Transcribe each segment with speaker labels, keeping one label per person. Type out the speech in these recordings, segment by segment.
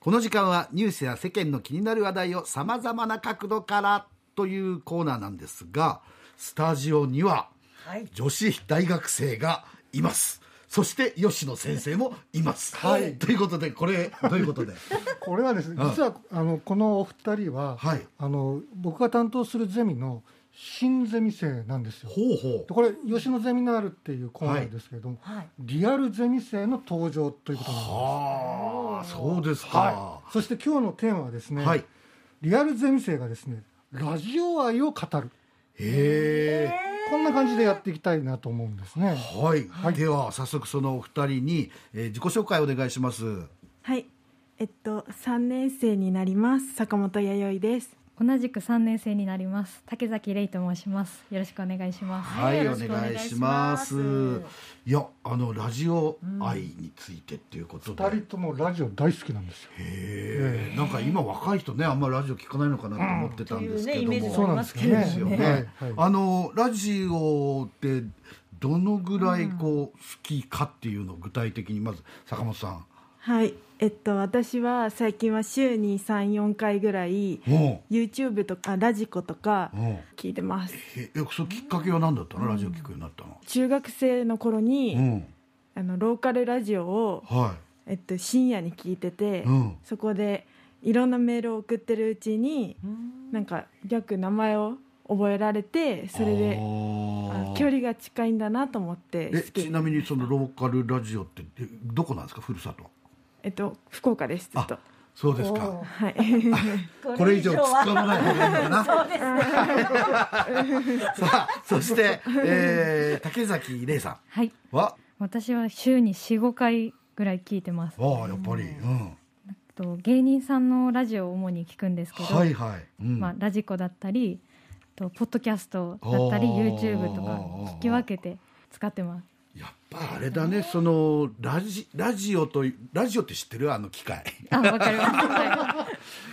Speaker 1: この時間はニュースや世間の気になる話題をさまざまな角度からというコーナーなんですがスタジオには
Speaker 2: はい。
Speaker 1: 女子大学生がいますそして吉野先生もいます、
Speaker 3: はい
Speaker 1: ということでこれどういうことで
Speaker 3: これはですね
Speaker 1: うん
Speaker 3: 実はあのこのお二人は、
Speaker 1: はい
Speaker 3: あの僕が担当するゼミの新ゼミ生なんですよで
Speaker 1: ほうほう
Speaker 3: これ吉野ゼミナールっていうコーナーですけれども、
Speaker 2: はい。
Speaker 3: リアルゼミ生の登場ということになります
Speaker 1: はあそうですか、
Speaker 3: はい、そして今日のテーマはですね、
Speaker 1: はい
Speaker 3: リアルゼミ生がですねラジオ愛を語る
Speaker 1: へえ
Speaker 3: こんな感じでやっていきたいなと思うんですね
Speaker 1: はい、では早速そのお二人に、えー自己紹介お願いします
Speaker 4: はい。えっと三年生になります坂本弥生です。
Speaker 5: 同じく三年生になります竹崎玲と申しますよろしくお願いします
Speaker 1: はい、お
Speaker 2: よろしくお願
Speaker 1: 願い
Speaker 2: い
Speaker 1: し
Speaker 2: し
Speaker 1: ま
Speaker 2: ますす
Speaker 1: いやあのラジオ愛についてっていうことで、
Speaker 3: 2人ともラジオ大好きなんですよ
Speaker 1: へえなんか今若い人ねあんまりラジオ聞かないのかなと思ってたんですけども、
Speaker 2: うんというねイメージ
Speaker 3: そう
Speaker 2: も
Speaker 3: なんですよね
Speaker 2: ありますけ
Speaker 1: よ
Speaker 2: ど
Speaker 1: ね、
Speaker 3: はいはい
Speaker 1: あのラジオってどのぐらいこう好きかっていうのを具体的にまず坂本さん、
Speaker 4: はい。えっと私は最近は週に三四回ぐらい
Speaker 1: うん、
Speaker 4: YouTube とかラジコとか
Speaker 1: うん
Speaker 4: 聞いてます。
Speaker 1: ええそのきっかけは何だったの、ラジオ聞くようになったの、
Speaker 4: 中学生の頃に、
Speaker 1: うん、
Speaker 4: あのローカルラジオを
Speaker 1: は
Speaker 4: えっと深夜に聞いてて、
Speaker 1: うん
Speaker 4: そこでいろんなメールを送ってるうちに、なんか逆名前を覚えられて
Speaker 1: い
Speaker 4: それ
Speaker 1: あ
Speaker 4: で。
Speaker 1: ー
Speaker 4: あ距離が近いんだなと思って
Speaker 1: え
Speaker 4: 好き
Speaker 1: ちなみにそのローカルラジオってえどこなんですかふるさと
Speaker 4: えっと福岡ですずっと
Speaker 1: あそうですか
Speaker 4: はい
Speaker 1: これ以上突っ
Speaker 2: は
Speaker 1: 込まない方がいいのかな
Speaker 2: そうですね。
Speaker 1: さあそして、えー、竹崎玲さ
Speaker 5: はい
Speaker 1: んは
Speaker 5: 私は週に四五回ぐらい聞いてます
Speaker 1: ああやっぱり、うん、
Speaker 5: と芸人さんのラジオを主に聞くんですけど、
Speaker 1: はいはい、うん
Speaker 5: まあ、ラジコだったりとポッドキャストだったり
Speaker 1: あー
Speaker 5: YouTube とか聞き分けて使ってます
Speaker 1: やっぱあれだねそのラジラジオとラジオって知ってるあの機械
Speaker 5: あわかります、は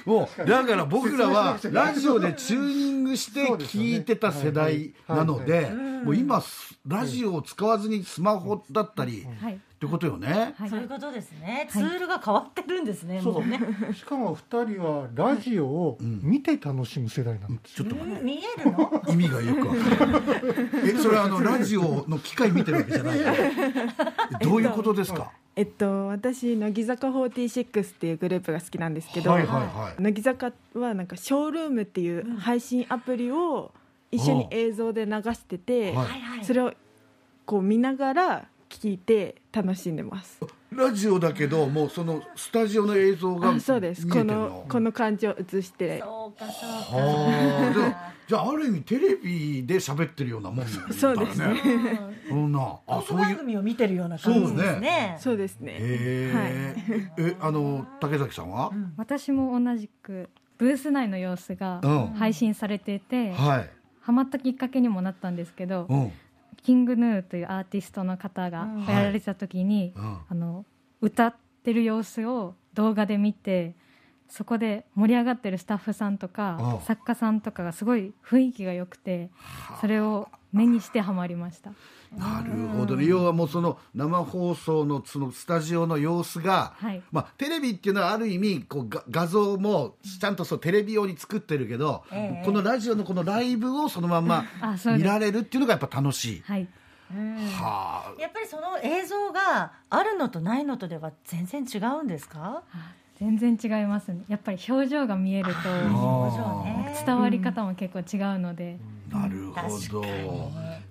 Speaker 1: もうだから僕らは
Speaker 3: 説明しなくちゃ
Speaker 1: ラジオでチューニングして
Speaker 3: そうですよね
Speaker 1: 聞いてた世代なの
Speaker 3: は
Speaker 1: でもう今ラジオを使わずにスマホだったり
Speaker 5: い、はい
Speaker 1: ってことよね
Speaker 5: はい
Speaker 2: そういうことですね。ツールが変わってるんですね。
Speaker 3: そう
Speaker 2: もうね。
Speaker 3: しかも二人はラジオを見て楽しむ世代なんです
Speaker 1: ちょっと
Speaker 2: うん見えるの？
Speaker 1: 意味がよくわ からない。え、それはあのラジオの機械見てるわけじゃないよ。どういうことですか。
Speaker 4: えっと私乃木坂46っていうグループが好きなんですけど、
Speaker 1: はいはいはい。
Speaker 4: 乃木坂はなんかショールームっていう配信アプリを一緒に映像で流してて、
Speaker 1: は
Speaker 2: はいはい。
Speaker 4: それをこう見ながら聞いて楽しんでます
Speaker 1: ラジオだけど、もうそのスタジオの映像が見
Speaker 4: あ
Speaker 1: え
Speaker 4: そ
Speaker 1: てる
Speaker 4: うですこの
Speaker 1: の。
Speaker 4: この感じを映して
Speaker 2: そうかそうか。
Speaker 1: はあ、じゃあ、じゃあある意味テレビで喋ってるようなもんだよね。
Speaker 4: そうですね
Speaker 2: うん
Speaker 1: そんな、あ、
Speaker 2: あ、
Speaker 1: そ
Speaker 2: そうう
Speaker 1: い
Speaker 2: 番
Speaker 1: う。
Speaker 2: 組を見てるような感じですね。
Speaker 4: そうですね
Speaker 1: へえ、え、あの竹崎さんは。
Speaker 5: 私も同じくブース内の様子が
Speaker 1: うん
Speaker 5: 配信されていて、
Speaker 1: はい。
Speaker 5: ハマったきっかけにもなったんですけど、
Speaker 1: うん。
Speaker 5: キングヌーというアーティストの方が
Speaker 2: うん
Speaker 5: やられてた時に、
Speaker 1: うん
Speaker 5: あの歌ってる様子を動画で見てそこで盛り上がってるスタッフさんとか、
Speaker 1: うん
Speaker 5: 作家さんとかがすごい雰囲気が良くてそれを目にしてハマりました
Speaker 1: なるほどね、要はもうその生放送のそのスタジオの様子が、
Speaker 5: はい
Speaker 1: まあ、テレビっていうのはある意味こうが画像もちゃんとそうテレビ用に作ってるけど、
Speaker 2: ええ
Speaker 1: このラジオのこのライブをそのまま
Speaker 5: あそうで
Speaker 1: 見
Speaker 5: す
Speaker 1: られるっていうのがやっぱ楽しい。
Speaker 5: はい
Speaker 1: は
Speaker 2: やっぱりその映像があるのとないのとでは全然違うんですか？
Speaker 5: あ全然違いますねやっぱり表情が見えると
Speaker 2: 表情ね。
Speaker 5: 伝わり方も結構違うので、
Speaker 1: あ、なるほど、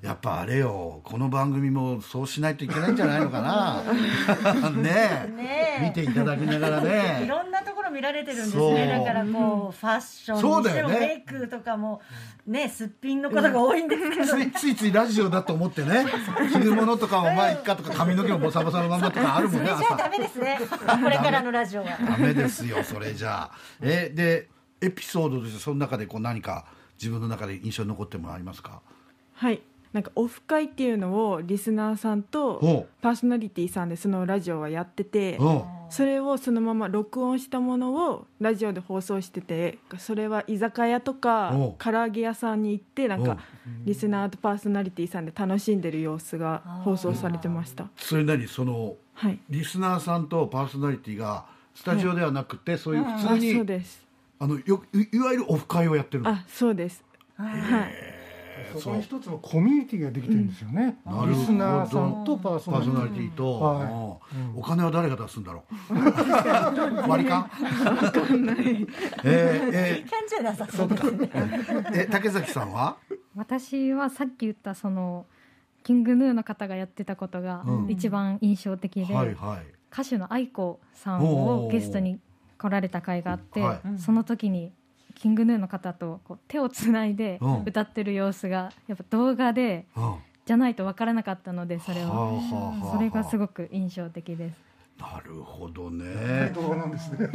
Speaker 1: やっぱあれよこの番組もそうしないといけないんじゃないのか なねえ
Speaker 2: ねえ
Speaker 1: 見ていただきながら
Speaker 2: い
Speaker 1: ね
Speaker 2: ろんなところ見られてるんです
Speaker 1: そう
Speaker 2: ね。だからこうファッション
Speaker 1: そう
Speaker 2: に
Speaker 1: だ
Speaker 2: して
Speaker 1: よ
Speaker 2: も
Speaker 1: ね
Speaker 2: メイクとかもねすっぴんのことが多いんですけど。
Speaker 1: ついついついラジオだと思ってね着るものとかもまあいっかとか髪の毛もボサボサのまんまとかあるも
Speaker 2: そ
Speaker 1: ん
Speaker 2: れ
Speaker 1: ね
Speaker 2: じゃあダ
Speaker 1: 朝
Speaker 2: メで すね。これからのラジオは。
Speaker 1: ダメですよそれじゃあえでエピソードとしてその中でこう何か自分の中で印象に残ってるものありますか
Speaker 4: はいなんかオフ会っていうのをリスナーさん
Speaker 1: ほ
Speaker 4: と
Speaker 1: う
Speaker 4: パーソナリティさんでそのラジオはやってて
Speaker 1: うん
Speaker 4: それをそのまま録音したものをラジオで放送しててそれは居酒屋とか
Speaker 1: おう
Speaker 4: 唐揚げ屋さんに行ってなんかリスナーとパーソナリティさんで楽しんでる様子が放送されてました
Speaker 1: それなりその
Speaker 4: はい
Speaker 1: リスナーさんとパーソナリティがスタジオではなくて、そういう普
Speaker 4: あ
Speaker 1: 通に、
Speaker 4: そうです
Speaker 1: あのよいいわゆるオフ会をやってるの
Speaker 4: あそうですはい
Speaker 3: そこに一つのコミュニティができてるんですよね、
Speaker 1: うんなる
Speaker 3: リ
Speaker 1: ほど
Speaker 3: スナーさんとパーソ
Speaker 1: パ
Speaker 3: ナ
Speaker 1: ー
Speaker 3: リ
Speaker 1: ソ
Speaker 3: ティ
Speaker 1: ナリティと、
Speaker 3: はい
Speaker 1: うん
Speaker 3: うん
Speaker 1: お金は誰が出すんだろう割り勘えーえ
Speaker 2: キャンじゃなさ
Speaker 1: ー
Speaker 2: そ
Speaker 1: そうう
Speaker 2: で
Speaker 1: か
Speaker 2: すね。
Speaker 1: え竹崎さんは
Speaker 5: 私はさっき言ったそのキングヌーの方がやってたことが
Speaker 1: うん
Speaker 5: 一番印象的で、
Speaker 1: はいは
Speaker 5: 歌手の愛子さん
Speaker 1: お
Speaker 5: を
Speaker 1: ー
Speaker 5: ゲストに来られた回があって、
Speaker 1: は
Speaker 5: その時にキングヌーの方とこう手をつないで
Speaker 1: うん
Speaker 5: 歌ってる様子がやっぱ動画で
Speaker 1: い、うん、は
Speaker 5: じゃないと分からなかったのでそれ
Speaker 1: あは
Speaker 5: を
Speaker 1: あはあ
Speaker 5: それがすごく印象的です
Speaker 1: なるほどね
Speaker 3: 動画なんですね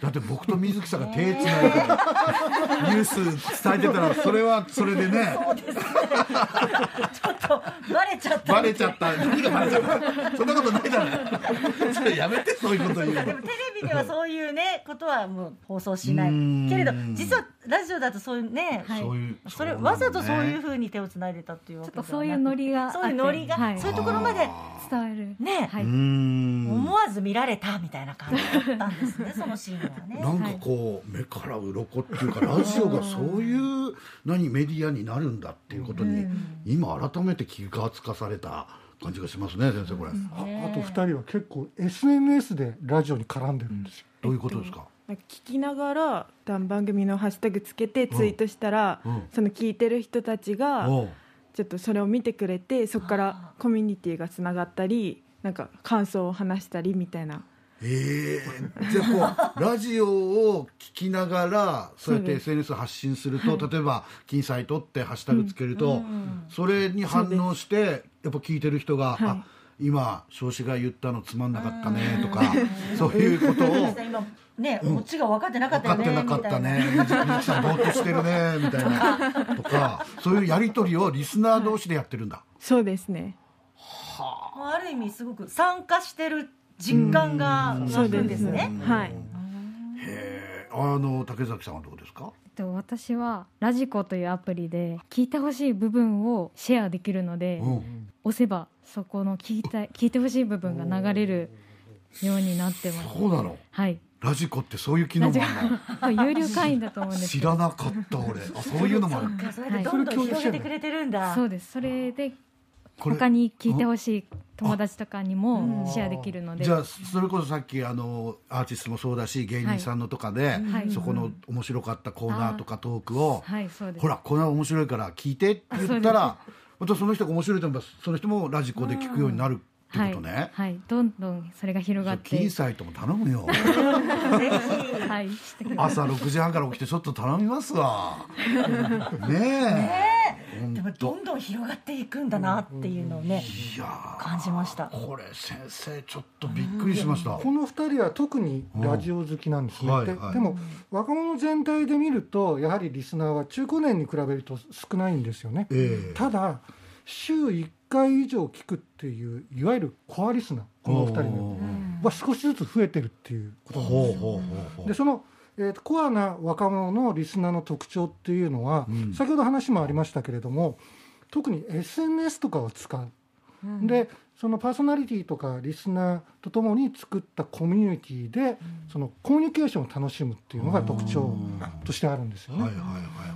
Speaker 1: だって僕と水木さんが手つないで、ニュース伝えてたらそれはそれでね
Speaker 2: ちょっとバレちゃった。
Speaker 1: バレちゃった何がバレちゃったそんなことないだろそれやめてそういうこと言う
Speaker 2: で
Speaker 1: の
Speaker 2: もテレビではそういうねことはもう放送しな
Speaker 1: うーん
Speaker 2: いけれど実はラジオだとそういうね、
Speaker 5: はい
Speaker 1: そういう
Speaker 2: それ
Speaker 1: うなのね
Speaker 2: わざとそういうふうに手をつないでたっていうわ
Speaker 5: ちょ
Speaker 2: け
Speaker 5: っ
Speaker 2: で
Speaker 5: と
Speaker 2: は
Speaker 5: そう
Speaker 2: なく
Speaker 5: いうノリがあって
Speaker 2: そういうノリが、
Speaker 5: はい
Speaker 2: そういうところまで
Speaker 5: 伝える
Speaker 2: ね、
Speaker 5: は
Speaker 1: う
Speaker 5: い
Speaker 1: ーん
Speaker 2: 思わず見られたみたいな感じだったんです ねそのシーンはね。
Speaker 1: なんかこう目から鱗っていうかラジオがそういう何メディアになるんだっていうことに今改めて気がつかされた感じがしますね先生これ
Speaker 3: ああと2人は結構 SNS でラジオに絡んでるんですよ、
Speaker 1: どういうことですか
Speaker 4: なんか聞きながら番組のハッシュタグつけてツイートしたら、
Speaker 1: うんうん
Speaker 4: その聞いてる人たちが
Speaker 1: おう
Speaker 4: ちょっとそれを見てくれてそこからコミュニティがつながったりなんか感想を話したりみたいな
Speaker 1: ええじゃあこうラジオを聞きながらそうやって
Speaker 4: そうで
Speaker 1: SNS 発信すると例えば「金サイト」ってハッシュタグつけるとそれに反応してやっぱ聞いてる人が「
Speaker 4: はい
Speaker 1: あ今少子が言ったのつまんなかったね」とかそういうことを
Speaker 2: 今ね、こっちが分かってなかった
Speaker 1: 分か
Speaker 2: よ
Speaker 1: っ
Speaker 2: ね
Speaker 1: てなかったねみたいなさんぼーっとしてるねみたいなとかそういうやり取りをリスナー同士でやってるんだ
Speaker 4: そうですね
Speaker 2: みたいなある意味すごく参加してる実感が
Speaker 4: そ
Speaker 2: あ
Speaker 4: う
Speaker 2: るん
Speaker 4: で
Speaker 2: ですすね
Speaker 4: ねはい
Speaker 1: へえあの竹崎さんはどうですか
Speaker 5: えっと私はラジコというアプリで聞いてほしい部分をシェアできるので、
Speaker 1: うん
Speaker 5: 押せばそこの聞いた聞いてほしい部分が流れるようになってます
Speaker 1: そうなの
Speaker 5: はい
Speaker 1: ラジコってそういう機能もあるの
Speaker 5: あ有料会員だと思うんです
Speaker 1: 知
Speaker 5: けど
Speaker 1: らなかった俺あそういうのもある
Speaker 2: それでどんどん広げてくれてるんだ
Speaker 5: そうですそれで
Speaker 1: これ
Speaker 5: 他に聞いてほしい友達とかにもシェアできるので
Speaker 1: じゃあそれこそさっきあのアーティストもそうだし芸人さんのとかで、
Speaker 5: はい
Speaker 1: そこの面白かったコーナーとかトークを、
Speaker 5: はいそうです
Speaker 1: ほらこれは面白いから聞いてって言ったらまたその人が面白いと思えばその人もラジコで聞くようになるって
Speaker 5: は
Speaker 1: こ
Speaker 5: い
Speaker 1: とね、
Speaker 5: はいどんどんそれが広が
Speaker 1: そう
Speaker 5: っ
Speaker 1: 金
Speaker 5: て
Speaker 1: サイトも頼む よ
Speaker 2: ぜひ
Speaker 5: はいしてくれ
Speaker 1: 朝6時半から起きてちょっと頼みます わねえ
Speaker 2: でも
Speaker 1: 本
Speaker 2: ど
Speaker 1: 当
Speaker 2: んどん広がっていくんだなっていうのをね
Speaker 1: いやー
Speaker 2: 感じました
Speaker 1: これ先生ちょっとびっくりしました、
Speaker 3: この2人は特にラジオ好きなんですね、
Speaker 1: うん
Speaker 3: で
Speaker 1: はいはい
Speaker 3: でも若者全体で見るとやはりリスナーは中高年に比べると少ないんですよね、
Speaker 1: ええ
Speaker 3: ただ週1回以上聞くっていういわゆるコアリスナーこの2人のは少しずつ増えてるっていうことなんです
Speaker 1: ほ
Speaker 3: よ
Speaker 1: うほうほうほう
Speaker 3: でその、えーとコアな若者のリスナーの特徴っていうのは、
Speaker 1: うん
Speaker 3: 先ほど話もありましたけれども特に SNS とかを使う、でそのパーソナリティとかリスナーとともに作ったコミュニティで、そのコミュニケーションを楽しむっていうのが特徴としてあるんですよね。
Speaker 1: はいはいはい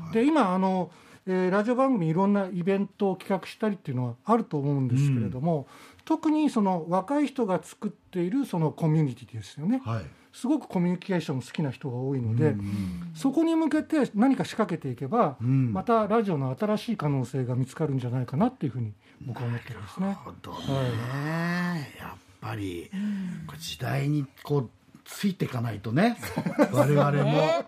Speaker 1: はい
Speaker 3: で今あの、えーラジオ番組いろんなイベントを企画したりっていうのはあると思うんですけれども、特にその若い人が作っているそのコミュニティですよね。
Speaker 1: はい
Speaker 3: すごくコミュニケーション好きな人が多いので、
Speaker 1: うん
Speaker 3: そこに向けて何か仕掛けていけば、
Speaker 1: うん
Speaker 3: またラジオの新しい可能性が見つかるんじゃないかなっていうふうに僕は思ってるんですね
Speaker 1: なる。ほどねやっぱりこう時代にこうついていかないとね我々も
Speaker 2: ね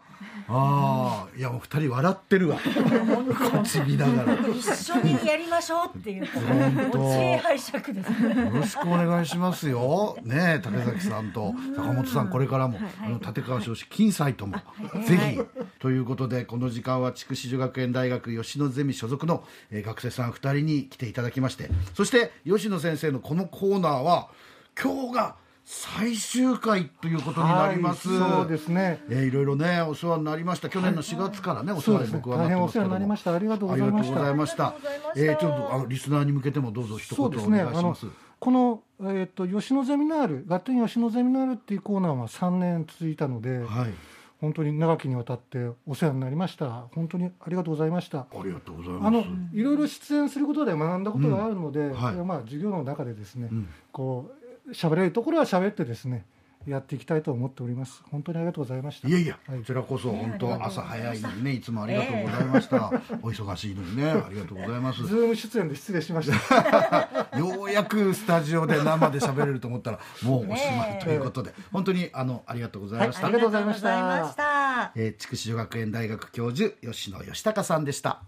Speaker 1: ああいやもう二人笑って るわ唇ながらよ
Speaker 2: 一緒にやりましょうっていう こ
Speaker 1: 本当
Speaker 2: の教え拝借ですね
Speaker 1: ろしくお願いしますよねえ竹崎さんと坂本さんこれからもあの立川少子金サイトもぜひということでこの時間は筑紫女学園大学吉野ゼミ所属のえー学生さん二人に来ていただきましてそして吉野先生のこのコーナーは今日が最終回ということになります、
Speaker 3: はいそうですね。
Speaker 1: えーいろいろねお世話になりました去年の4月からね、お世
Speaker 3: そう
Speaker 1: 話
Speaker 3: で
Speaker 1: に
Speaker 3: すね。
Speaker 1: 僕はなっ
Speaker 3: 大
Speaker 1: て
Speaker 3: 変
Speaker 1: ま
Speaker 3: お
Speaker 1: すけ
Speaker 3: 世
Speaker 1: ど
Speaker 3: 話に
Speaker 1: も
Speaker 3: なりました。ありがとう
Speaker 1: あり
Speaker 3: ござ
Speaker 1: が
Speaker 3: い
Speaker 1: と
Speaker 3: ま
Speaker 1: う
Speaker 3: し
Speaker 1: ござい
Speaker 3: た。
Speaker 1: ました
Speaker 2: ありがとうございました
Speaker 1: えーちょっとあのリスナーに向けてもどうぞ一言
Speaker 3: そ
Speaker 1: お
Speaker 3: うで
Speaker 1: 願
Speaker 3: す
Speaker 1: い
Speaker 3: ね。
Speaker 1: しま
Speaker 3: あの
Speaker 1: す
Speaker 3: このえー、と吉野ゼミナール「ガッテン吉野ゼミナール」っていうコーナーは3年続いたので、
Speaker 1: はい
Speaker 3: 本当に長きにわたってお世話になりました本当にありがとうございました
Speaker 1: ありがとうござい
Speaker 3: あ
Speaker 1: ま
Speaker 3: の
Speaker 1: す
Speaker 3: いろいろ出演することで学んだことがあるので、
Speaker 1: んはい
Speaker 3: まあ、授業の中でですね、
Speaker 1: うん
Speaker 3: こう喋れるところは喋ってですねやっていきたいと思っております本当にありがとうございました
Speaker 1: いやいや、
Speaker 3: はい
Speaker 1: こちらこそ本
Speaker 2: いやありがとうご
Speaker 1: 当
Speaker 2: ざいます
Speaker 1: 朝早いのにねいつもありがとうございました、 お忙しいのにねありがとうございます
Speaker 3: ズーム出演で失礼しました
Speaker 1: ようやくスタジオで生で喋れると思ったらもうおしまいということで、本当にあのありがとうございました、
Speaker 3: ありがとうございました
Speaker 2: ありがとうございました
Speaker 1: えー、筑紫女学園大学教授吉野義孝さんでした。